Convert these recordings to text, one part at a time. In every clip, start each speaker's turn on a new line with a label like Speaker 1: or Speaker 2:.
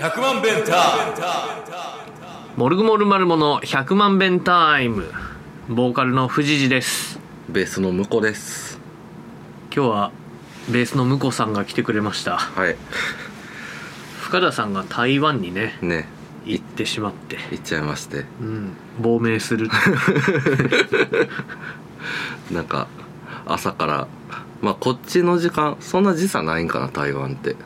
Speaker 1: 100万弁
Speaker 2: モルグモルマルモの100万弁タイムボーカルの藤次です
Speaker 3: ベースの向こうです
Speaker 2: 今日はベースの向こさんが来てくれました
Speaker 3: はい
Speaker 2: 深田さんが台湾にね
Speaker 3: ね
Speaker 2: 行ってしまって、
Speaker 3: 行っちゃいまして
Speaker 2: うん、亡命す る
Speaker 3: なんか朝からまあこっちの時間そんな時差ないんかな台湾って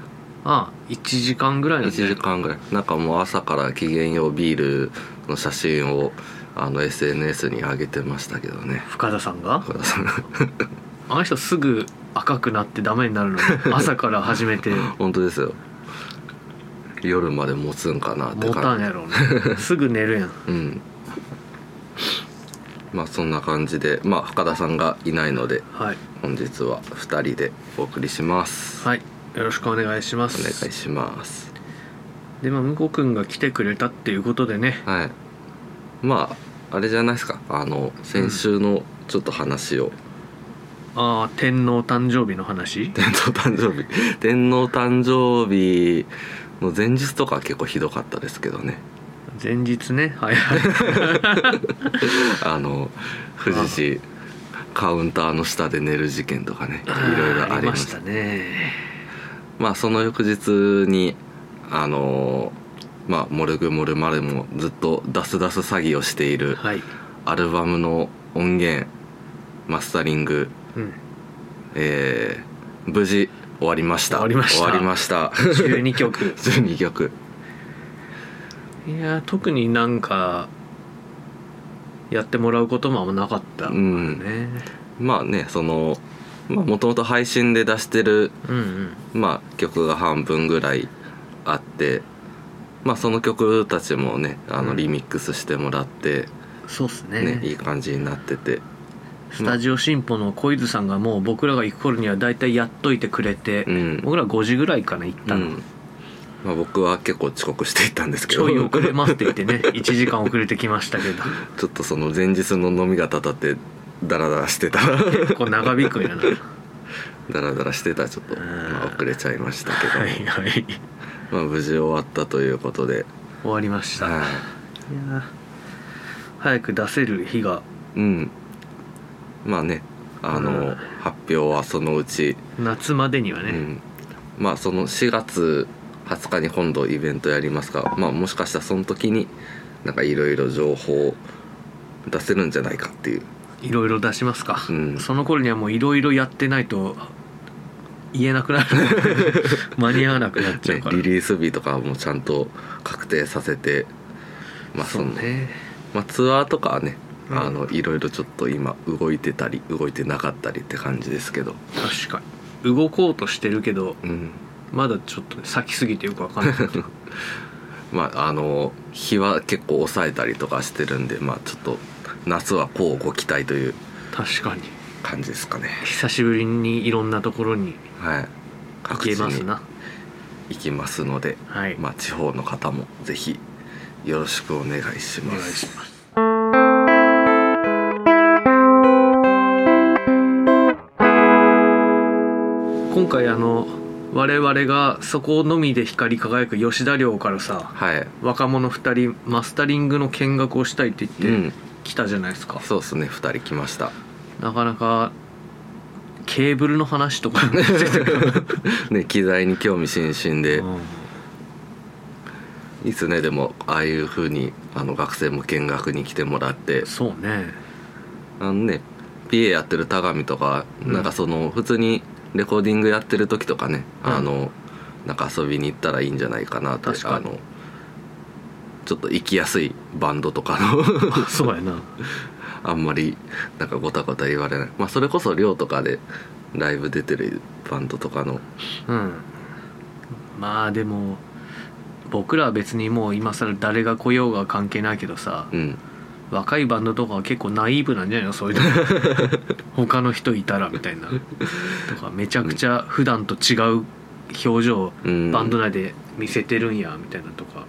Speaker 2: ああ1時間ぐらいだ
Speaker 3: 1
Speaker 2: ね
Speaker 3: 時間ぐらいなんかもう朝から期限用ビールの写真をあの SNS に上げてましたけどね
Speaker 2: 深田さんが
Speaker 3: 岡田さん
Speaker 2: あの人すぐ赤くなってダメに なるのに朝から始めて
Speaker 3: 本当ですよ夜まで持つんかなって
Speaker 2: 持たんやろ うねすぐ寝るやん
Speaker 3: うんまあそんな感じでまあ深田さんがいないので
Speaker 2: はい、
Speaker 3: 本日は2人でお送りします、
Speaker 2: はい、よろしくお願いします
Speaker 3: お願いします
Speaker 2: でまあ向こう君が来てくれたっていうことでね
Speaker 3: はいまああれじゃないですかあの先週のちょっと話を、
Speaker 2: ああ天皇誕生日の話
Speaker 3: 天皇誕生日 天皇誕生日の前日とかは結構ひどかったですけどね
Speaker 2: 前日ねはいはい
Speaker 3: あの富士市カウンターの下で寝る事件とかねいろいろありました
Speaker 2: あね
Speaker 3: まあその翌日にあのまあモルグモルマルもずっとダスダス詐欺をしている
Speaker 2: はい、
Speaker 3: アルバムの音源マスタリング、
Speaker 2: うん、
Speaker 3: えー無事終わりました
Speaker 2: 終わりました
Speaker 3: 終わりました
Speaker 2: 12曲
Speaker 3: 12曲
Speaker 2: いやー特になんかやってもらうこともあんまなかった
Speaker 3: う
Speaker 2: ね、
Speaker 3: んまあねそのもともと配信で出してる、
Speaker 2: うんうん
Speaker 3: まあ、曲が半分ぐらいあってまあその曲たちもねあ
Speaker 2: う
Speaker 3: の
Speaker 2: ん
Speaker 3: リミックスしてもらって、
Speaker 2: そうっすね
Speaker 3: ねいい感じになってて
Speaker 2: スタジオ新歩の小泉さんがもう僕らが行く頃には大体やっといてくれて、
Speaker 3: うん、
Speaker 2: 僕ら5時ぐらいかな行った
Speaker 3: う
Speaker 2: の、
Speaker 3: んまあ、僕は結構遅刻していったんですけ
Speaker 2: ち
Speaker 3: ど
Speaker 2: ょい遅れますって言ってね1時間遅れてきましたけど
Speaker 3: ちょっとその前日の飲みがたたってダラダラ してた
Speaker 2: 結構長引くん やな
Speaker 3: ダラダラしてたちょっと、
Speaker 2: うん
Speaker 3: まあ、遅れちゃいましたけど、
Speaker 2: はいはい
Speaker 3: まあ、無事終わったということで、
Speaker 2: 終わりました、い
Speaker 3: は
Speaker 2: やー早く出せる日が
Speaker 3: い、うんまあねあの、
Speaker 2: うん
Speaker 3: 発表はそのうち、
Speaker 2: 夏までには
Speaker 3: う
Speaker 2: ね、
Speaker 3: ん、まあその4月20日に今度イベントやりますから、まあ、もしかしたらその時になんかいろいろ情報を出せるんじゃないかっていう
Speaker 2: いろいろ出しますか、
Speaker 3: うん
Speaker 2: その頃にはもういろいろやってないと言えな くなる間に合わなくなっちゃう
Speaker 3: ね
Speaker 2: か、ら、
Speaker 3: リリース日とかもちゃんと確定させて、まあそ
Speaker 2: そう
Speaker 3: の
Speaker 2: ね
Speaker 3: まあ、ツアーとかはね、
Speaker 2: うん
Speaker 3: あのいろいろちょっと今動いてたり動いてなかったりって感じですけど、
Speaker 2: 確かに動こうとしてるけど
Speaker 3: うん、
Speaker 2: まだちょっと先すぎてよくわかんない
Speaker 3: まああの日は結構抑えたりとかしてるんで、まあ、ちょっと夏はこうご期待という
Speaker 2: 確かに
Speaker 3: 感じですかね
Speaker 2: 久しぶりにいろんなところに
Speaker 3: はい
Speaker 2: 行
Speaker 3: 各地
Speaker 2: けます
Speaker 3: に
Speaker 2: な
Speaker 3: 行きますので、
Speaker 2: はい、
Speaker 3: まあ、地方の方もぜひよろしくお願いし
Speaker 2: お
Speaker 3: ま
Speaker 2: 願い
Speaker 3: す
Speaker 2: します今回あの我々がそこのみで光り輝く吉田寮からさ
Speaker 3: はい、
Speaker 2: 若者2人マスタリングの見学をしたいって
Speaker 3: う
Speaker 2: 言って
Speaker 3: ん、
Speaker 2: 来たじゃないですか、
Speaker 3: そうですね2人来ま した
Speaker 2: なかなかケーブルの話とかしてたけど
Speaker 3: ね機材に興味津々で、
Speaker 2: うん
Speaker 3: いいっすねでもああいう風にあの学生も見学に来てもらって
Speaker 2: そうね
Speaker 3: あのね PA やってる田上とか、
Speaker 2: うん
Speaker 3: なんかその普通にレコーディングやってる時とかね、
Speaker 2: うん
Speaker 3: あのなんか遊びに行ったらいいんじゃないかなって
Speaker 2: 確かに
Speaker 3: あのちょっと行きやすいバンドとかの
Speaker 2: あそうやな
Speaker 3: あんまりなんかごたごた言われない、まあ、それこそ寮とかでライブ出てるバンドとかの
Speaker 2: うんまあでも僕らは別にもう今更誰が来ようが関係ないけどさ
Speaker 3: うん
Speaker 2: 若いバンドとかは結構ナイーブなんじゃないのそういう の他の人いたらみたいなとかめちゃくちゃ普段と違う表情を
Speaker 3: うん
Speaker 2: バンド内で見せてるんやみたいなとか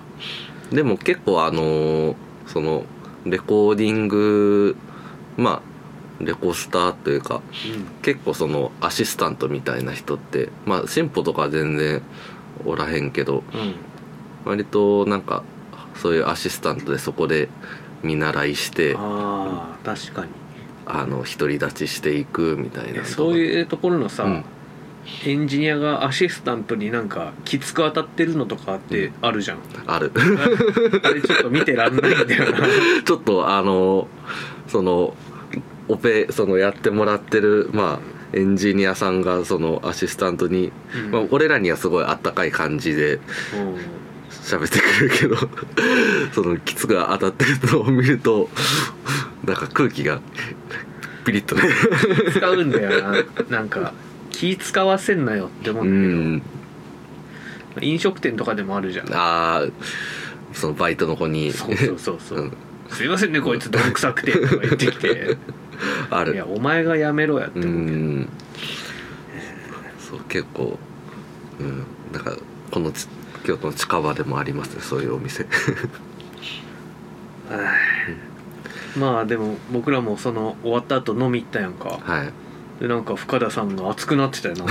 Speaker 3: でも結構あのーそのレコーディングまあレコスターというか結構そのアシスタントみたいな人ってまあ進歩とかは全然おらへんけど
Speaker 2: うんうん
Speaker 3: 割となんかそういうアシスタントでそこで見習いして
Speaker 2: ああ確かに
Speaker 3: あの独り立ちしていくみたい
Speaker 2: い
Speaker 3: な
Speaker 2: やそう
Speaker 3: う
Speaker 2: いうところのさ、
Speaker 3: うん
Speaker 2: エンジニアがアシスタントになんかきつく当たってるのとかってあるじゃん、
Speaker 3: ある
Speaker 2: あれちょっと見てらんないんだよな
Speaker 3: ちょっとあのそのオペそのやってもらってるまあエンジニアさんがそのアシスタントに、
Speaker 2: うん
Speaker 3: まあ、俺らにはすごいあったかい感じで
Speaker 2: うん
Speaker 3: 喋ってくるけど そのキツが当たってるのを見るとなんか空気がピリッとね
Speaker 2: 使うんだよななんか気使わせんなよって思う
Speaker 3: うん
Speaker 2: だけ
Speaker 3: ん
Speaker 2: ど、飲食店とかでもあるじゃん
Speaker 3: ああそのバイトの子に
Speaker 2: そうそうそうそう、
Speaker 3: うん
Speaker 2: すいませんねこいつ泥臭くてとか言ってきて
Speaker 3: あ
Speaker 2: いや
Speaker 3: る
Speaker 2: お前がやめろやって
Speaker 3: う
Speaker 2: 思うけど
Speaker 3: んそう結構うんなんかこのち京都の近場でもありますねそういうお店
Speaker 2: はいまあでも僕らもその終わった後飲み行ったやんか
Speaker 3: はい
Speaker 2: でなんか深田さんが熱くなって たよな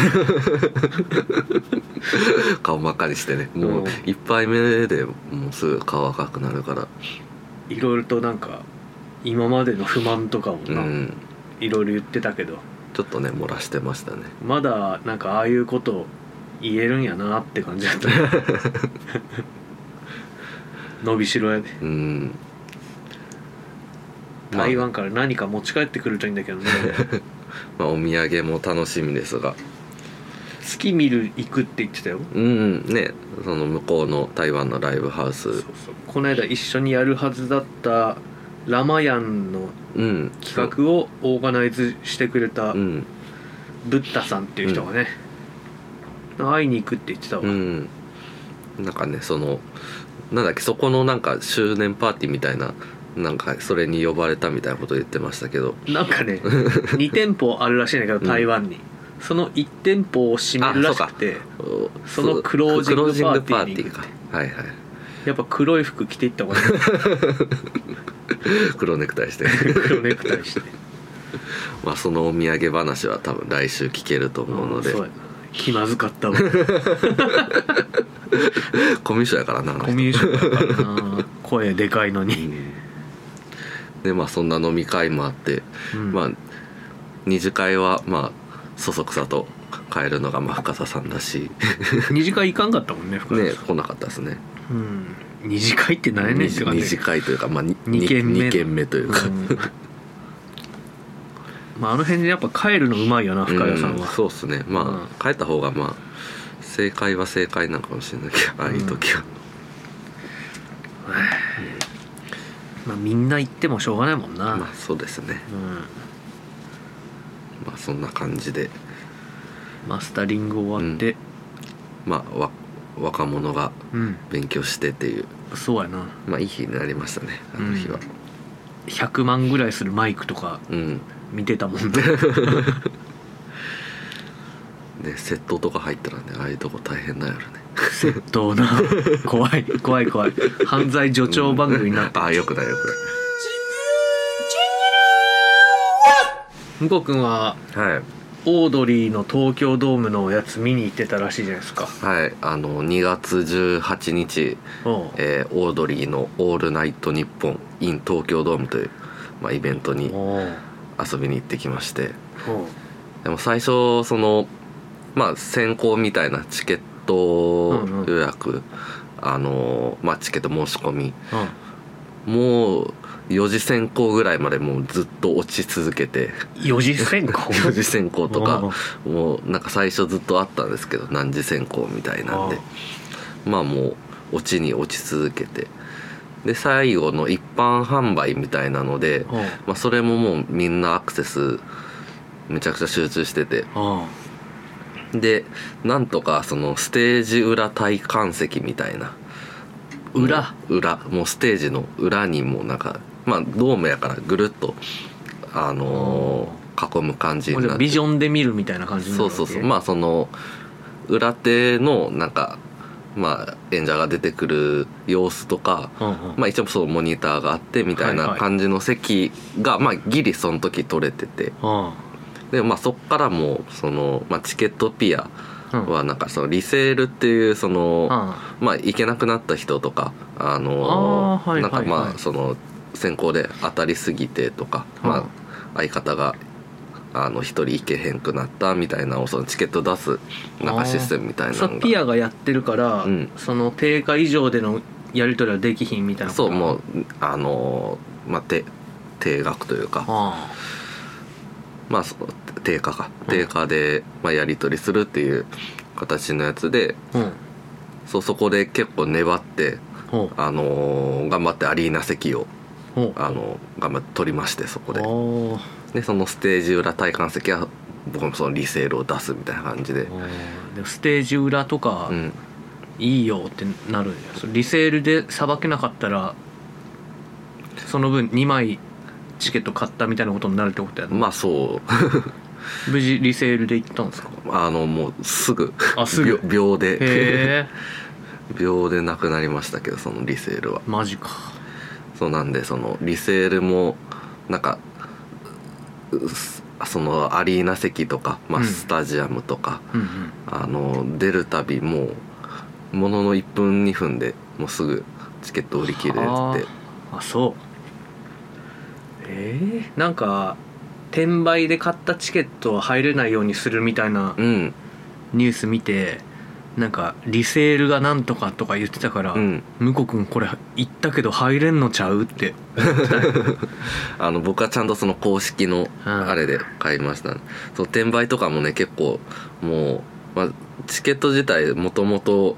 Speaker 3: 顔真っ赤にしてねも
Speaker 2: う
Speaker 3: う
Speaker 2: ん
Speaker 3: 一杯目でもうすぐ顔赤くなるから
Speaker 2: いろいろとなんか今までの不満とかも
Speaker 3: う
Speaker 2: な、
Speaker 3: ん
Speaker 2: いろいろ言ってたけど
Speaker 3: ちょっとね漏らしてましたね
Speaker 2: まだなんかああいうこと言えるんやなって感じだった 伸びしろやで
Speaker 3: うんまあ
Speaker 2: 台湾から何か持ち帰ってくるといいんだけどね
Speaker 3: まあ、お土産も楽しみですが
Speaker 2: 月見る行くって言ってたよ
Speaker 3: うんねその向こうの台湾のライブハウス
Speaker 2: そうそうこの間一緒にやるはずだったラマヤンの
Speaker 3: うん
Speaker 2: 企画をオーガナイズしてくれた
Speaker 3: うん
Speaker 2: ブッダさんっていう人がね、会いに行くって言ってたわ、
Speaker 3: うんなんかねそのなんだっけそこのなんか周年パーティーみたいななんかそれに呼ばれたみたいなこと言ってましたけど
Speaker 2: なん かね2店舗あるらしいんだけど
Speaker 3: うん
Speaker 2: 台湾に、その1店舗を閉めるらしくて
Speaker 3: お
Speaker 2: そのクロージングパーティーに
Speaker 3: クロジングかはい はい
Speaker 2: やっぱ黒い服着ていった方がいい
Speaker 3: 黒ネクタイして
Speaker 2: 黒ネクタイして
Speaker 3: まあそのお土産話は多分来週聞けると思うので、
Speaker 2: そうやな気まずかったわ
Speaker 3: コミュ障やからなあの
Speaker 2: コ
Speaker 3: 人
Speaker 2: ミュ障だからな声でかいのに、
Speaker 3: でまあそんな飲み会もあって
Speaker 2: うん
Speaker 3: まあ二次会はまあそそくさと帰るのがまあ深田さんだし
Speaker 2: 二次会行かんかったもんね福田
Speaker 3: ね
Speaker 2: さ
Speaker 3: 来なかったですね
Speaker 2: ん、うん、二次会って何やねん
Speaker 3: 二
Speaker 2: って
Speaker 3: 次
Speaker 2: 感じ
Speaker 3: 二次会というかまあに
Speaker 2: 二軒目
Speaker 3: 二軒目というか、
Speaker 2: うんまああの辺でやっぱ帰るのうまいよな深谷さん
Speaker 3: うん
Speaker 2: は、
Speaker 3: そうですねまあ、帰った方がまあ正解は正解なのかもしれないけどああいう時は、
Speaker 2: まあ、みんな行ってもしょうがないもんな、
Speaker 3: まあそうですね
Speaker 2: うん、
Speaker 3: まあそんな感じで
Speaker 2: マスタリング終わって
Speaker 3: まあわ若者が
Speaker 2: うん、
Speaker 3: 勉強してっていう
Speaker 2: そうやな
Speaker 3: まあいい日になりましたねあの日は
Speaker 2: 100万ぐらいするマイクとか
Speaker 3: うん、
Speaker 2: 見てたもんね
Speaker 3: ね窃盗とか入ったらねああいうとこ大変だよね
Speaker 2: 窃盗な怖い怖い怖い犯罪助長番組になった
Speaker 3: ああよくないよくない
Speaker 2: 向こう君は
Speaker 3: はい、
Speaker 2: オードリーの東京ドームのやつ見に行ってたらしいじゃないですか
Speaker 3: はい、あの2月18日、
Speaker 2: おう
Speaker 3: えーオードリーの「オールナイトニッポン in 東京ドーム」という、まあ、イベントに
Speaker 2: おう
Speaker 3: 遊びに行ってきまして
Speaker 2: おう
Speaker 3: でも最初そのまあ先行みたいなチケット予約、あのまあチケット申し込みもう4時先行ぐらいまでもうずっと落ち続けて
Speaker 2: 4時選 考
Speaker 3: 4時先行とか
Speaker 2: おう
Speaker 3: もうなんか最初ずっとあったんですけど何時先行みたいなんで
Speaker 2: あ
Speaker 3: まあもう落ちに落ち続けてで最後の一般販売みたいなので、
Speaker 2: おう
Speaker 3: まあ、それももうみんなアクセスめちゃくちゃ集中してて
Speaker 2: あ
Speaker 3: でなんとかそのステージ裏体感席みたいな
Speaker 2: 裏
Speaker 3: 裏もうステージの裏にもなんかまあドームやからぐるっとあのー囲む感じ
Speaker 2: あ
Speaker 3: になって
Speaker 2: ビジョンで見るみたいな感じにな
Speaker 3: そう
Speaker 2: るわけ
Speaker 3: そうそうまあその裏手のなんかまあ、演者が出てくる様子とか、
Speaker 2: うんうん
Speaker 3: まあ、一応そのモニターがあってみたい
Speaker 2: はい
Speaker 3: な
Speaker 2: はい
Speaker 3: 感じの席が、まあ、ギリその時取れてて
Speaker 2: あ
Speaker 3: で、まあ、そっからもうその、まあ、チケットピア
Speaker 2: あうん
Speaker 3: はなんかそのリセールっていうその、
Speaker 2: あ
Speaker 3: まあ、行けなくなった人とかあ
Speaker 2: あ
Speaker 3: の
Speaker 2: ーはい
Speaker 3: なんか
Speaker 2: はい
Speaker 3: ま
Speaker 2: はい
Speaker 3: あその選考で当たりすぎてとか、
Speaker 2: うん
Speaker 3: まあ、相方があの一人行けへんくなったみたいなのをそのチケット出すなんかシステムみたい
Speaker 2: あ
Speaker 3: なの
Speaker 2: さ
Speaker 3: が
Speaker 2: ピアがやってるから、
Speaker 3: うん
Speaker 2: その定価以上でのやり取りはできひんみたいな
Speaker 3: そうも
Speaker 2: う
Speaker 3: うあのまあて定額というか
Speaker 2: あ
Speaker 3: まあそ定価か定価で、まあ、やり取りするっていう形のやつで
Speaker 2: あうん
Speaker 3: そうそこで結構粘って
Speaker 2: ほ
Speaker 3: あの頑張ってアリーナ席を
Speaker 2: うほう
Speaker 3: あの頑張って取りましてそこで
Speaker 2: あ
Speaker 3: でそのステージ裏体感席は僕もそのリセールを出すみたいな感じで
Speaker 2: あーでもステージ裏とか
Speaker 3: うん
Speaker 2: いいよってなるんや、それリセールでさばけなかったらその分2枚チケット買ったみたいなことになるってことやな
Speaker 3: まあそう
Speaker 2: 無事リセールで行ったんですか
Speaker 3: あのもうすぐ
Speaker 2: あすぐ
Speaker 3: 秒 秒
Speaker 2: へ
Speaker 3: で
Speaker 2: え
Speaker 3: 秒でなくなりましたけどそのリセールは
Speaker 2: マジか
Speaker 3: そうなんでそのリセールもなんかうすそのアリーナ席とか、ま
Speaker 2: う
Speaker 3: あ、
Speaker 2: ん
Speaker 3: スタジアムとか、
Speaker 2: うんうん
Speaker 3: あの出るたびもうものの1分2分でもうすぐチケット売り切れ
Speaker 2: あ
Speaker 3: っ
Speaker 2: ー
Speaker 3: て
Speaker 2: あそうえー、なんか転売で買ったチケットは入れないようにするみたいな
Speaker 3: うん
Speaker 2: ニュース見てなんかリセールがなんとかとか言ってたから、
Speaker 3: うん
Speaker 2: 向こう君これ行ったけど入れんのちゃうって
Speaker 3: あの僕はちゃんとその公式のあれで買いました、ねそう転売とかもね結構もう、まあ、チケット自体もともと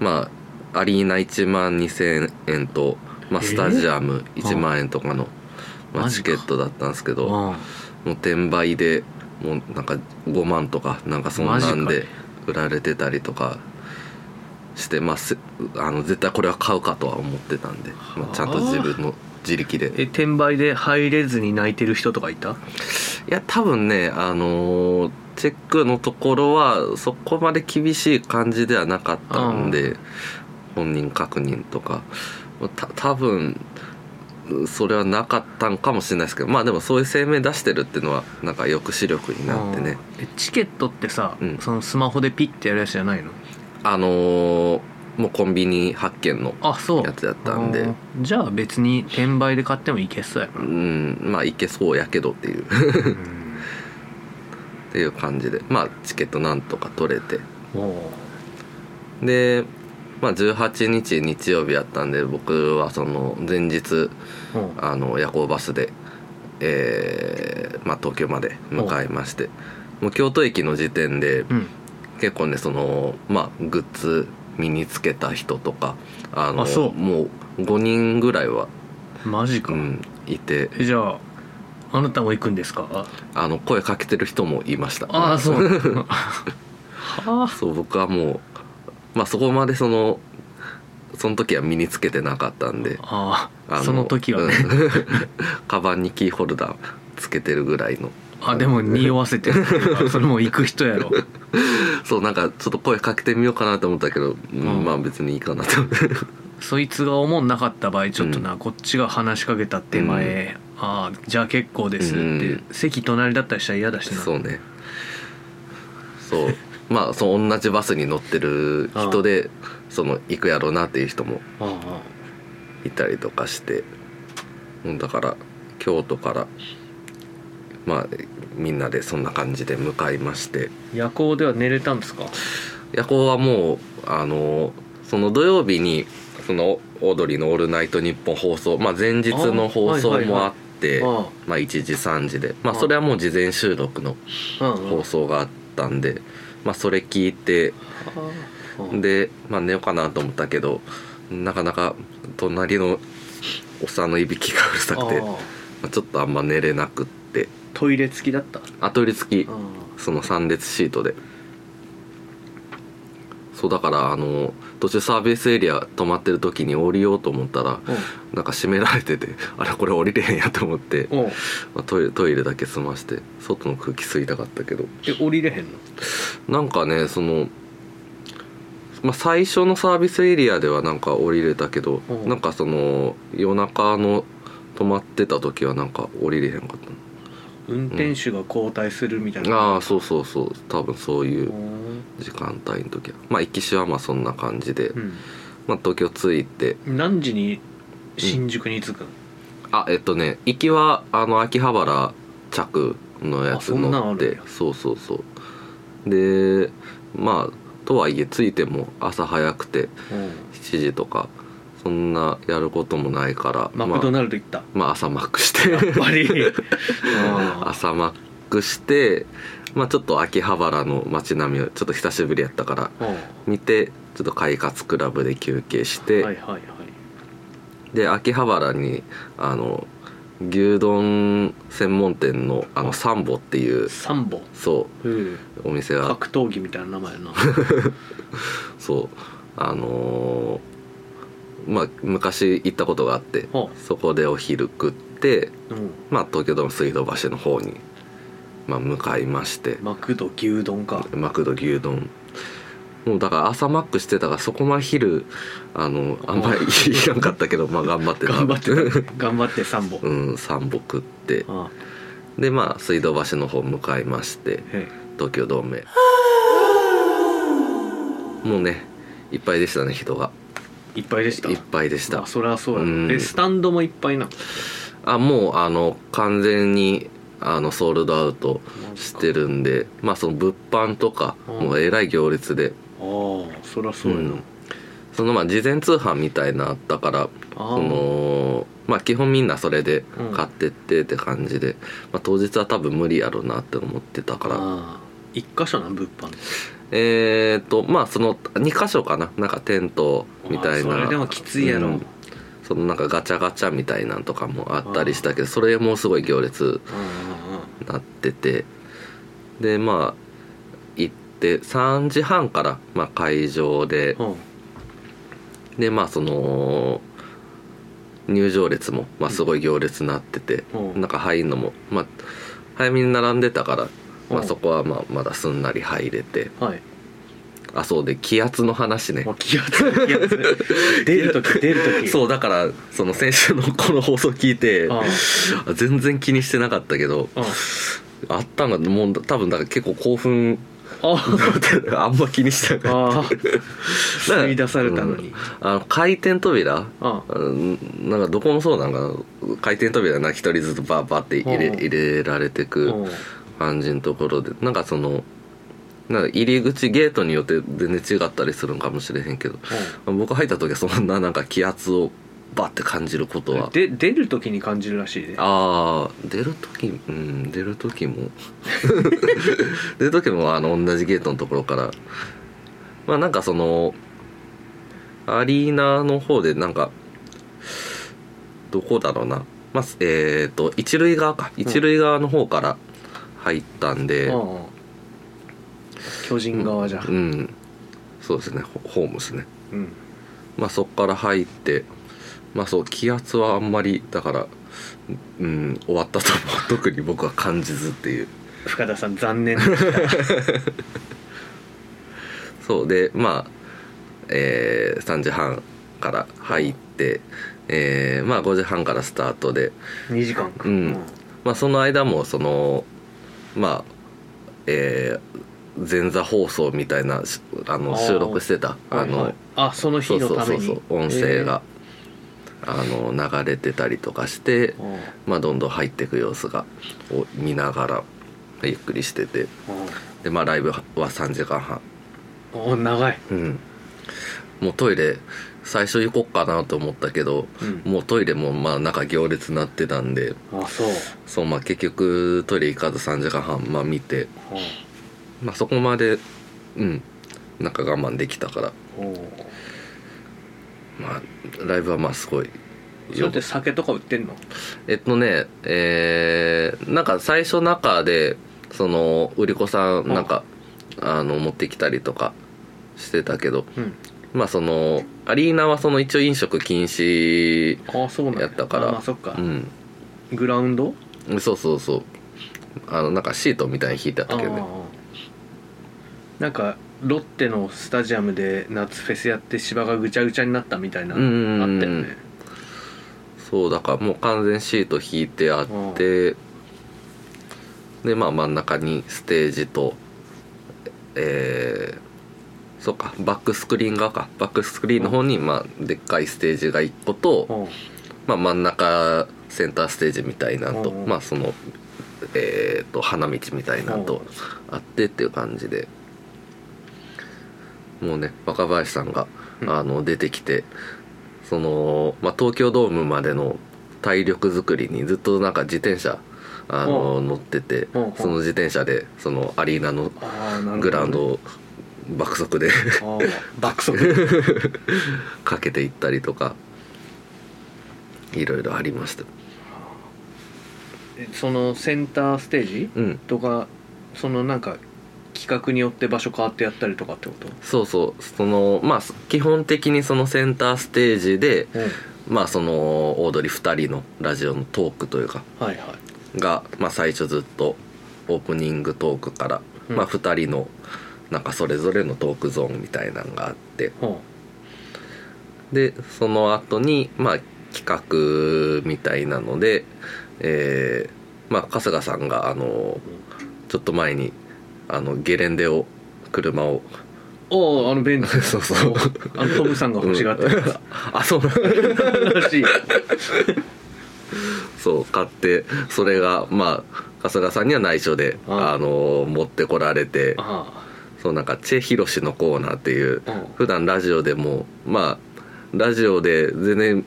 Speaker 3: まあアリーナ1万2000円と、まあ、
Speaker 2: えー
Speaker 3: スタジアム1万円とかの、まあ、
Speaker 2: マ
Speaker 3: チ
Speaker 2: ジか
Speaker 3: ケットだったんですけども
Speaker 2: あ
Speaker 3: う転売でもうなんか5万とかなんかそんなん
Speaker 2: マジ
Speaker 3: で売られてたりとかして、まあ、せあの絶対これは買うかとは思ってたんで、まあ、ちゃんと自分の自力で
Speaker 2: え転売で入れずに泣いてる人とかいた
Speaker 3: いや多分ねあのーチェックのところはそこまで厳しい感じではなかったんで、本人確認とかた多分それはなかったんかもしれないですけどまあでもそういう声明出してるっていうのはなんか抑止力になってね
Speaker 2: うんえチケットってさ、
Speaker 3: うん
Speaker 2: そのスマホでピッてやるやつじゃないの
Speaker 3: あのーもうコンビニ発見の
Speaker 2: あそう
Speaker 3: やつだったん
Speaker 2: あ
Speaker 3: で
Speaker 2: ーじゃあ別に転売で買ってもいけそうやな、
Speaker 3: うんまあいけそうやけどっていう
Speaker 2: うん
Speaker 3: っていう感じでまあチケットなんとか取れて
Speaker 2: おー
Speaker 3: で、まあ、18日日曜日やったんで僕はその前日
Speaker 2: おー
Speaker 3: あの夜行バスで、えーまあ、東京まで向かいましてもう京都駅の時点で
Speaker 2: うん
Speaker 3: 結構ねその、まあ、グッズ身につけた人とかあの
Speaker 2: あそう
Speaker 3: もう5人ぐらいは、
Speaker 2: マジか、
Speaker 3: うん、いて
Speaker 2: えじゃああなたも行くんですか
Speaker 3: あの声かけてる人もいました
Speaker 2: ああそうはあ
Speaker 3: そう僕はもう、まあ、そこまでそのその時は身につけてなかったんで
Speaker 2: あ
Speaker 3: あ
Speaker 2: あその時はね、
Speaker 3: うん カバンにキーホルダーつけてるぐらいの
Speaker 2: あでも匂わせてるっていうかそれもう行く人やろ
Speaker 3: そうなんかちょっと声かけてみようかなと思ったけど、うん
Speaker 2: うん
Speaker 3: まあ別にいいかなと
Speaker 2: そいつが思んなかった場合ちょっとな、こっちが話しかけた手前、ああじゃあ結構ですって、
Speaker 3: うん
Speaker 2: 席隣だったりしたら嫌だしな
Speaker 3: そうねそうまあその同じバスに乗ってる人でその行くやろうなっていう人も
Speaker 2: ああ
Speaker 3: いたりとかしてうんだから京都からまあみんなでそんな感じで向かいまして
Speaker 2: 夜行では寝れたんですか
Speaker 3: 夜行はもうあのその土曜日にそのオードリーの「オールナイトニッポン」放送、まあ、前日の放
Speaker 2: あは
Speaker 3: 送
Speaker 2: いはいはい
Speaker 3: もあって
Speaker 2: あ
Speaker 3: まあ、1時3時で、まあ、
Speaker 2: あ
Speaker 3: それはもう事前収録の
Speaker 2: あうんうん
Speaker 3: 放送があったんで、まあ、それ聞いて
Speaker 2: うん
Speaker 3: で、まあ、寝ようかなと思ったけどなかなか隣のおっさんのいびきがうるさくて
Speaker 2: ああ
Speaker 3: まあちょっとあんま寝れなくって
Speaker 2: トイレ付きだった
Speaker 3: 後入り付き
Speaker 2: あ
Speaker 3: その3列シートでそうだからあの途中サービスエリア止まってる時に降りようと思ったら
Speaker 2: あ
Speaker 3: なんか閉められて てあれこれ降りれへんやと思って、
Speaker 2: おうおう
Speaker 3: まあトイレトイレだけ済まして外の空気吸いたかったけど
Speaker 2: え降りれへんの
Speaker 3: なんかねそのまあ、最初のサービスエリアではなんか降りれたけど、
Speaker 2: うん
Speaker 3: なんかその夜中の泊まってた時はなんか降りれへんかった
Speaker 2: 運転手が交代するみたいな、
Speaker 3: ああそうそうそう多分そういううん時間帯の時はまあ行きしはまあそんな感じで、まあ、東京着いて
Speaker 2: うん、何時に新宿に着くの、
Speaker 3: あえっとね行きはあの秋葉原着のや
Speaker 2: あ
Speaker 3: つ
Speaker 2: そんなんあ
Speaker 3: 乗
Speaker 2: るん
Speaker 3: っ
Speaker 2: や
Speaker 3: てそうそうそうでまあとはいえ着いても朝早くて7時とかそんなやることもないから
Speaker 2: マクドナルド行った、
Speaker 3: まあ、まあ朝マックして
Speaker 2: やっぱりあ
Speaker 3: 朝マックして、まあ、ちょっと秋葉原の街並みをちょっと久しぶりやったから
Speaker 2: あ
Speaker 3: 見てちょっと快活クラブで休憩し
Speaker 2: は
Speaker 3: て、
Speaker 2: いはいはい
Speaker 3: で秋葉原にあの牛丼専門店のあ
Speaker 2: あ
Speaker 3: のサンボっていう
Speaker 2: 三本
Speaker 3: そ
Speaker 2: うん
Speaker 3: うお店が
Speaker 2: 格闘技みたいな名前や な
Speaker 3: そうあのーまあ昔行ったことがあって
Speaker 2: ほ
Speaker 3: そこでお昼食って、
Speaker 2: う、うん、
Speaker 3: まあ、東京ドーム水道橋の方に、まあ、向かいまして
Speaker 2: マクド牛丼か
Speaker 3: マクド牛丼もうだから朝マックしてたからそこまで昼あのあんまり いらんかったけどまあ頑張って
Speaker 2: 頑張って
Speaker 3: て
Speaker 2: 頑張って三本、
Speaker 3: うん3本食って
Speaker 2: ああ
Speaker 3: でまあ水道橋の方向かいまして
Speaker 2: へ
Speaker 3: 東京ドームへもうねいっぱいでしたね人が
Speaker 2: えいっぱいでした
Speaker 3: いっぱいでした
Speaker 2: まあそりゃそうや
Speaker 3: う
Speaker 2: ろ
Speaker 3: ん
Speaker 2: でスタンドもいっぱいな
Speaker 3: あもうあの完全にあのソールドアウトしてるんでまあその物販とか
Speaker 2: うん
Speaker 3: もうえらい行列で
Speaker 2: ああそりゃそうやな、
Speaker 3: うんそのまあ事前通販みたいなあったから
Speaker 2: ああ
Speaker 3: そのまあ基本みんなそれで買ってってって感じで、まあ、当日は多分無理やろうなって思ってたから
Speaker 2: ああ一箇所な物販で
Speaker 3: えっ、とまあその2箇所かななんかテントみたいな
Speaker 2: ああそれでもきついやろ
Speaker 3: うんそのなんかガチャガチャみたいなんとかもあったりしたけどそれもすごい行列
Speaker 2: う
Speaker 3: なっててでまあ行って3時半から、まあ、会場で
Speaker 2: んうんうんうん
Speaker 3: でまあその入場列も、まあ、すごい行列になってて、
Speaker 2: うん
Speaker 3: なんか入るのも、まあ、早めに並んでたから、ま
Speaker 2: う
Speaker 3: あ、
Speaker 2: ん
Speaker 3: そこはまあまだすんなり入れて
Speaker 2: はい
Speaker 3: あそうで気圧の話ね
Speaker 2: もう気圧気圧出る 時出る時う
Speaker 3: そうだからその先週のこの放送聞いて
Speaker 2: あ
Speaker 3: 全然気にしてなかったけど
Speaker 2: あ
Speaker 3: あったんがもう多分だから結構興奮
Speaker 2: あ
Speaker 3: あんま気にしてなかった
Speaker 2: ああ吸い出されたのに、
Speaker 3: あの回転扉
Speaker 2: ああ
Speaker 3: うんなんかどこもそうなんか回転扉な一人ずつバーバーって入れ
Speaker 2: うん
Speaker 3: 入れられて
Speaker 2: う
Speaker 3: く
Speaker 2: ん
Speaker 3: 感じのところでなんかそのなんか入り口ゲートによって全然違ったりするんかもしれへんけど僕入った時はそんななんか気圧をバーって感じることは
Speaker 2: で出る時に感じるらしいね
Speaker 3: ああ出る時うん出る時も 出る時もあの同じゲートのところからまあなんかそのアリーナの方でなんかどこだろうなまあえっ、と一塁側か一塁側の方から入ったんで、
Speaker 2: うんうん巨人側じゃん
Speaker 3: うんそうですねホホームですね
Speaker 2: うん
Speaker 3: まあ、そこから入って、まあ、そう気圧はあんまりだから、うん、 終わったとも特に僕は感じずっていう
Speaker 2: 深田さん 残念
Speaker 3: そうでまあ、えー3時半から入って、えーまあ、5時半からスタートで、
Speaker 2: 2時間か
Speaker 3: うんまあ、その間もそのまあえー前座放送みたいなしあ
Speaker 2: あ
Speaker 3: の
Speaker 2: ー
Speaker 3: 収録してたあ
Speaker 2: はいは
Speaker 3: の
Speaker 2: いあその
Speaker 3: そ
Speaker 2: 日
Speaker 3: う
Speaker 2: の
Speaker 3: そう
Speaker 2: た
Speaker 3: そ
Speaker 2: め
Speaker 3: う
Speaker 2: に
Speaker 3: そう音声が、あの流れてたりとかして
Speaker 2: えーうん
Speaker 3: まあ、どんどん入っていく様子がを見ながらゆっくりしててで、まあ、ライブは3時間半、
Speaker 2: うんお長い
Speaker 3: うん、もうトイレ最初行こっかなと思ったけど、
Speaker 2: うん
Speaker 3: もうトイレもまあなんか行列になってたんで
Speaker 2: あそう
Speaker 3: そう、まあ、結局トイレ行かず3時間半、まあ、見て、
Speaker 2: う
Speaker 3: まあ、そこまでうんなんか我慢できたから、
Speaker 2: んおう
Speaker 3: まあ、ライブはまあすごい
Speaker 2: それって酒とか売ってんの
Speaker 3: えっとねえーなんか最初中でその売り子さんなんか、あの持ってきたりとかしてたけど
Speaker 2: うん
Speaker 3: まあそのアリーナはその一応飲食禁止
Speaker 2: ああそうなん
Speaker 3: やったから
Speaker 2: あまあそっか
Speaker 3: うん
Speaker 2: グラウンド
Speaker 3: そうそうそうあのなんかシートみたいに引いてあったけどね
Speaker 2: ああなんかロッテのスタジアムで夏フェスやって芝がぐちゃぐちゃになったみたいなあ
Speaker 3: う
Speaker 2: ったよ
Speaker 3: ん
Speaker 2: ね
Speaker 3: そうだからもう完全シート引いてあって、でまあ真ん中にステージとえーそうかバックスクリーン側かバックスクリーンの方に、まあ、でっかいステージが1個と、
Speaker 2: うん
Speaker 3: まあ、真ん中センターステージみたいなのと、
Speaker 2: うんうん
Speaker 3: まあそのえー、と花道みたいなの
Speaker 2: う
Speaker 3: と
Speaker 2: ん
Speaker 3: あってっていう感じでもうね若林さんが
Speaker 2: うん
Speaker 3: あの出てきてその、まあ、東京ドームまでの体力作りにずっとなんか自転車あの乗ってて
Speaker 2: うんうん
Speaker 3: その自転車でそのアリーナの
Speaker 2: ああなるほどね
Speaker 3: グラウンドを爆速で
Speaker 2: ああ爆速
Speaker 3: かけていったりとかいろいろありました。
Speaker 2: えそのセンターステージ
Speaker 3: うん
Speaker 2: とかそのなんか企画によって場所変わってやったりとかってこと
Speaker 3: そうそうそのまあそ基本的にそのセンターステージでまあそのオードリー2人のラジオのトークというか
Speaker 2: はいはい
Speaker 3: が、まあ、最初ずっとオープニングトークから、
Speaker 2: うん
Speaker 3: まあ、2人のなんかそれぞれのトークゾーンみたいなのがあって
Speaker 2: ほ
Speaker 3: でその後にまあ企画みたいなので、えーまあ、春日さんがあのちょっと前にあのゲレンデを車を
Speaker 2: うおあのベンチ
Speaker 3: そうそう
Speaker 2: あのトムさんが欲しがってる や
Speaker 3: あそうな
Speaker 2: つらしい
Speaker 3: そう買ってそれがまあ春日さんには内緒で、
Speaker 2: ああ
Speaker 3: あの持ってこられて
Speaker 2: あ
Speaker 3: そうなんかチェヒロシのコーナーっていう
Speaker 2: あうん
Speaker 3: 普段ラジオでもまあラジオで全然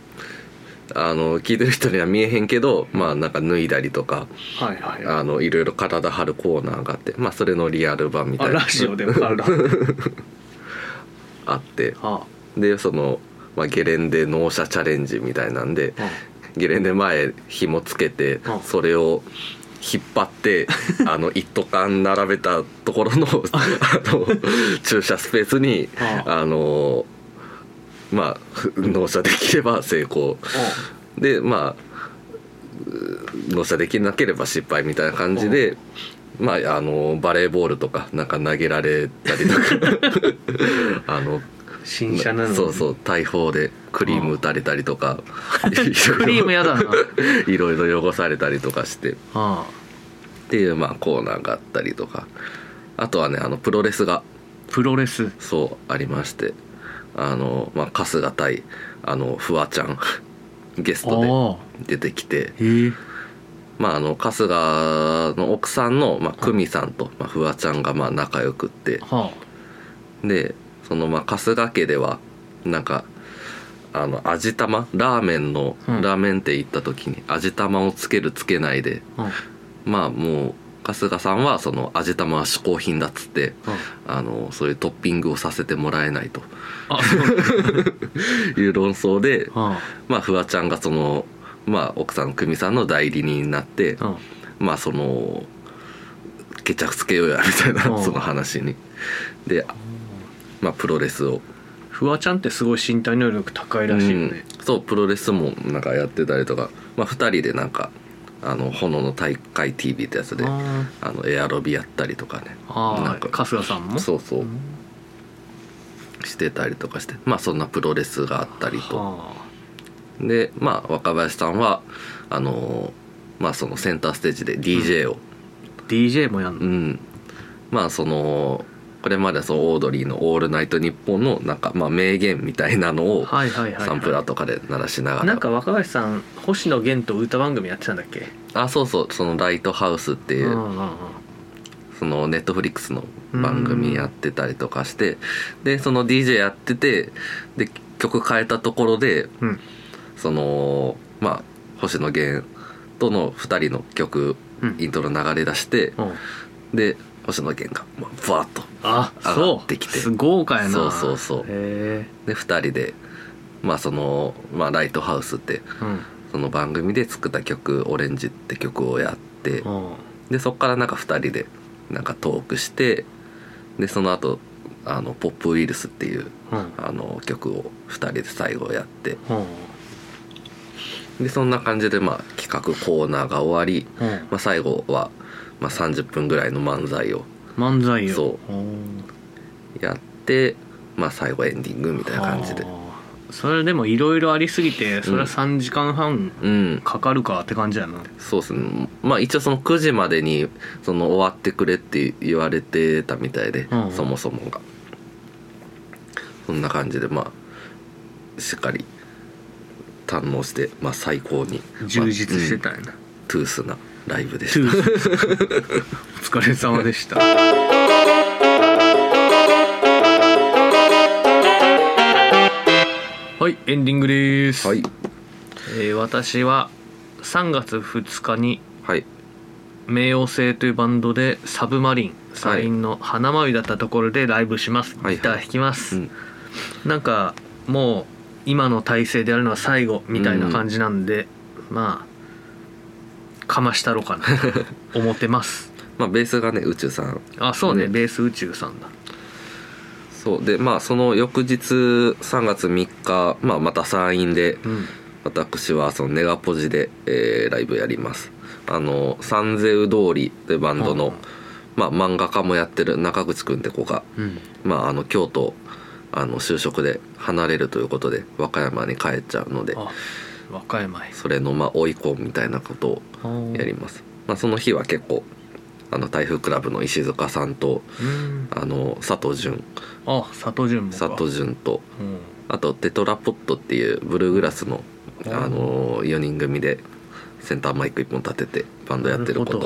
Speaker 3: あの聞いてる人には見えへんけどまあなんか脱いだりとか
Speaker 2: はいはいあ
Speaker 3: あのいろいろ体張るコーナーがあってまあそれのリアル版みたいな
Speaker 2: ラジオでもあるなは
Speaker 3: あって
Speaker 2: あ
Speaker 3: でその、まあ、ゲレンデ納車チャレンジみたいなんで
Speaker 2: うん
Speaker 3: ゲレンデ前紐つけて
Speaker 2: うん
Speaker 3: それを引っ張 ってあの一斗缶並べたところのあの駐車スペースに
Speaker 2: うん
Speaker 3: あのまあふ納車できれば成功でまあう納車できなければ失敗みたいな感じで。まあ、あのバレーボールとかなんか投げられたりとか あの
Speaker 2: うん新車なのに
Speaker 3: そうそう大砲でクリーム打たれたりとかク
Speaker 2: クリームやだな
Speaker 3: いろいろ汚されたりとかしてっ
Speaker 2: ああ
Speaker 3: ていうまあコーナーがあったりとかあとはねあのプロレスが
Speaker 2: プロレス
Speaker 3: そうありましてあの、まあ、春日対あのフワちゃん ゲスト
Speaker 2: ああ
Speaker 3: で出てきて
Speaker 2: へえ
Speaker 3: まあ、あの春日の奥さんの、まあ、久美さんと、まあ、フワちゃんがまあ仲良くって
Speaker 2: は
Speaker 3: でそのまあ春日家ではなんかあの味玉ラーメンの、
Speaker 2: うん
Speaker 3: ラーメン店行った時に味玉をつけるつけないで
Speaker 2: あうん
Speaker 3: まあもう春日さんはその味玉は嗜好品だっつってあのそういうトッピングをさせてもらえないと
Speaker 2: あそう
Speaker 3: いう論争で
Speaker 2: は
Speaker 3: まあフワちゃんがそのまあ奥さんの久美さんの代理人になって
Speaker 2: あうん
Speaker 3: まあその決着つけようやみたいな
Speaker 2: うん
Speaker 3: その話にでまあプロレスを
Speaker 2: フワちゃんってすごい身体能力高いらしいよね、
Speaker 3: うんそうプロレスもなんかやってたりとか、まあ、2人でなんかあの炎の大会 TV ってやつであ
Speaker 2: あ
Speaker 3: のエアロビやったりとかね
Speaker 2: ーあー
Speaker 3: なんか
Speaker 2: 春日さんも
Speaker 3: そうそう
Speaker 2: うん
Speaker 3: してたりとかしてまあそんなプロレスがあったりと
Speaker 2: は
Speaker 3: でまあ若林さんはあのーまあそのセンターステージで DJ を、
Speaker 2: あ DJ もやん
Speaker 3: う
Speaker 2: の、
Speaker 3: んまあそのこれまでそのオードリーの「オールナイトニッポン」のなんかまあ名言みたいなのを
Speaker 2: はいはいはい、はい、
Speaker 3: サンプラーとかで鳴らしながら、
Speaker 2: なんか若林さん星野源と歌番組やってたんだっけ、
Speaker 3: あそうそうその「ライトハウス」っていううん
Speaker 2: うんうん
Speaker 3: そのネットフリックスの番組やってたりとかしてでその DJ やっててで曲変えたところで
Speaker 2: うん
Speaker 3: そのまあ星野源との2人の曲
Speaker 2: うん
Speaker 3: イントロ流れ出して
Speaker 2: うん
Speaker 3: で星野源がまあバーッと
Speaker 2: あ
Speaker 3: 上が
Speaker 2: そ
Speaker 3: っ
Speaker 2: う
Speaker 3: てきて
Speaker 2: す豪華やな
Speaker 3: そうそうそう
Speaker 2: へ
Speaker 3: で2人でまあその「まあ、ライトハウス」って
Speaker 2: えうん
Speaker 3: その番組で作った曲「オレンジ」って曲をやって
Speaker 2: うん
Speaker 3: でそこからなんか2人でなんかトークしてでその後あのポップウイルス」っていう
Speaker 2: うん
Speaker 3: あの曲を2人で最後やって
Speaker 2: うん
Speaker 3: でそんな感じで、まあ、企画コーナーが終わり、
Speaker 2: うん
Speaker 3: まあ、最後は、まあ、30分ぐらいの漫才を
Speaker 2: 漫才よ
Speaker 3: そ
Speaker 2: うん
Speaker 3: やって、まあ、最後エンディングみたいな感じで
Speaker 2: あーそれでもいろいろありすぎてそれは3時間半
Speaker 3: うん
Speaker 2: かかるかって感じやな、
Speaker 3: そうですねまあ一応その9時までにその終わってくれって言われてたみたいで、
Speaker 2: うんうん
Speaker 3: そもそもがそんな感じでまあしっかり堪能して、まあ、最高に
Speaker 2: 充実して
Speaker 3: まあ
Speaker 2: たん やな、
Speaker 3: うんトゥースなライブで
Speaker 2: ト
Speaker 3: し
Speaker 2: ゥ
Speaker 3: た
Speaker 2: ースお疲れ様でしたはいエンディングです、
Speaker 3: はい
Speaker 2: えー私は3月2日に
Speaker 3: はい
Speaker 2: 冥王星というバンドでサブマリンサリンの花まみだったところでライブします、
Speaker 3: はいはい
Speaker 2: ギター弾きます、
Speaker 3: うん
Speaker 2: なんかもう今の体勢でやるのは最後みたいな感じなんで、まあかましたろかなと思ってます
Speaker 3: まあベースがね宇宙さん
Speaker 2: あそうね
Speaker 3: ね
Speaker 2: ベース宇宙さんだ
Speaker 3: そうでまあその翌日3月3日、まあ、また参院で
Speaker 2: うん
Speaker 3: 私はそのネガポジで、えーライブやりますあのサンゼウ通りというバンドの、
Speaker 2: うん
Speaker 3: まあ、漫画家もやってる中口くんって子が、
Speaker 2: うん
Speaker 3: まあ、あの京都あの就職で離れるということで和歌山に帰っちゃうので
Speaker 2: あ和歌山へ
Speaker 3: それのまあ追い込みたいなことをやります、まあ、その日は結構あの台風クラブの石塚さんと
Speaker 2: うん
Speaker 3: あの佐藤潤
Speaker 2: あ佐藤潤もか
Speaker 3: 佐藤潤と
Speaker 2: うん
Speaker 3: あとテトラポットっていうブルーグラスの、
Speaker 2: うん
Speaker 3: あの4人組でセンターマイク1本立ててバンドやってるこ
Speaker 2: なる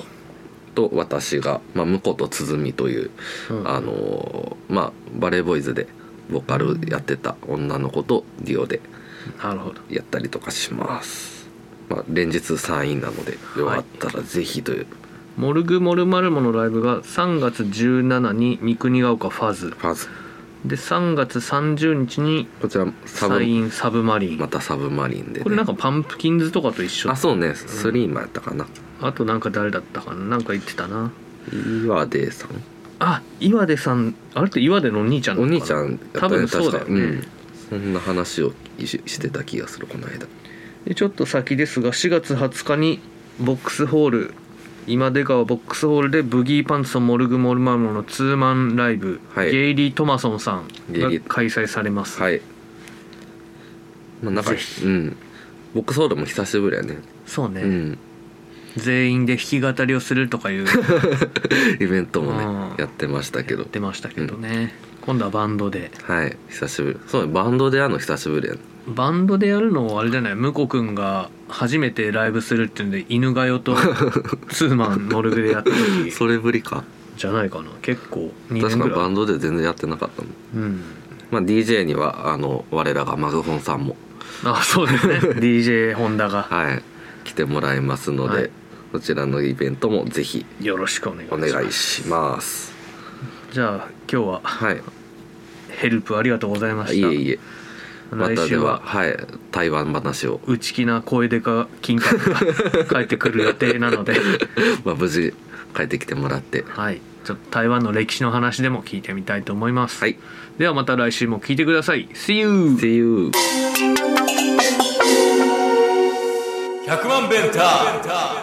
Speaker 3: とと
Speaker 2: ほ
Speaker 3: 私が、まあ、向こうと鼓という、
Speaker 2: うん
Speaker 3: あのまあ、バレーボーイズでボーカルやってた女の子とディオで
Speaker 2: なるほど
Speaker 3: やったりとかします、まあ、連日3位なのでよかったらぜひという、
Speaker 2: モルグモルマルモのライブが3月17に三国ヶ丘ファズ
Speaker 3: まず
Speaker 2: で3月30日に
Speaker 3: こちらサ
Speaker 2: サイ
Speaker 3: ブ
Speaker 2: ンサブマリン、
Speaker 3: またサブマリンで、ね、
Speaker 2: これなんかパンプキンズとかと一緒
Speaker 3: あそうね3もやったかな
Speaker 2: あとなんか誰だったかななんか言ってたな
Speaker 3: 岩出さん
Speaker 2: あ岩出さんあれって岩出のお兄ちゃん
Speaker 3: お
Speaker 2: なの
Speaker 3: 兄
Speaker 2: か
Speaker 3: ち
Speaker 2: な
Speaker 3: ゃん
Speaker 2: 多分そうだよね
Speaker 3: ん、そんな話をししてた気がするこの間
Speaker 2: でちょっと先ですが4月20日にボックスホール今出川ボックスホールでブギーパンツとモルグモルマルモのツーマンライブ、
Speaker 3: はい
Speaker 2: ゲイリー・トマソンさん
Speaker 3: ゲイ
Speaker 2: が
Speaker 3: リー
Speaker 2: 開催されます、
Speaker 3: はい、まあ、なんか
Speaker 2: ぜひ
Speaker 3: うんボックスホールも久しぶりやね
Speaker 2: そうね、
Speaker 3: うん
Speaker 2: 全員で弾き語りをするとかいう
Speaker 3: イベントもね、
Speaker 2: うん
Speaker 3: やってましたけど
Speaker 2: 出ましたけどね、今度はバンドで
Speaker 3: はい久しぶりそうねバンドでやるの久しぶりやね
Speaker 2: バンドでやるのあれじゃない向こう君が初めてライブするっていうんで犬がよとツーマンモルグでやった時
Speaker 3: それぶりか
Speaker 2: じゃないかな結構2
Speaker 3: 確
Speaker 2: 年
Speaker 3: か
Speaker 2: ぐ
Speaker 3: バ
Speaker 2: らい、
Speaker 3: ンドで全然やってなかったもん、
Speaker 2: うん、
Speaker 3: まあ、DJ にはあの我らがマグホンさんも
Speaker 2: あそう ですね DJ ホンダが
Speaker 3: はい来てもらいますので、
Speaker 2: はい
Speaker 3: こちらのイベントもぜひ
Speaker 2: よろしくお願いし
Speaker 3: お
Speaker 2: ます
Speaker 3: 願いします
Speaker 2: じゃあ今日は
Speaker 3: はい
Speaker 2: ヘルプありがとうございまし
Speaker 3: い
Speaker 2: た
Speaker 3: えいえま
Speaker 2: 来
Speaker 3: たで
Speaker 2: 週
Speaker 3: は、
Speaker 2: は
Speaker 3: はい、台湾話を、
Speaker 2: 内気な声でか金 閣が帰ってくる予定なので
Speaker 3: まあ、無事帰ってきてもらって
Speaker 2: はいちょっと台湾の歴史の話でも聞いてみたいと思います、
Speaker 3: はい
Speaker 2: ではまた来週も聞いてください See you!
Speaker 3: See you
Speaker 1: 100万ベンター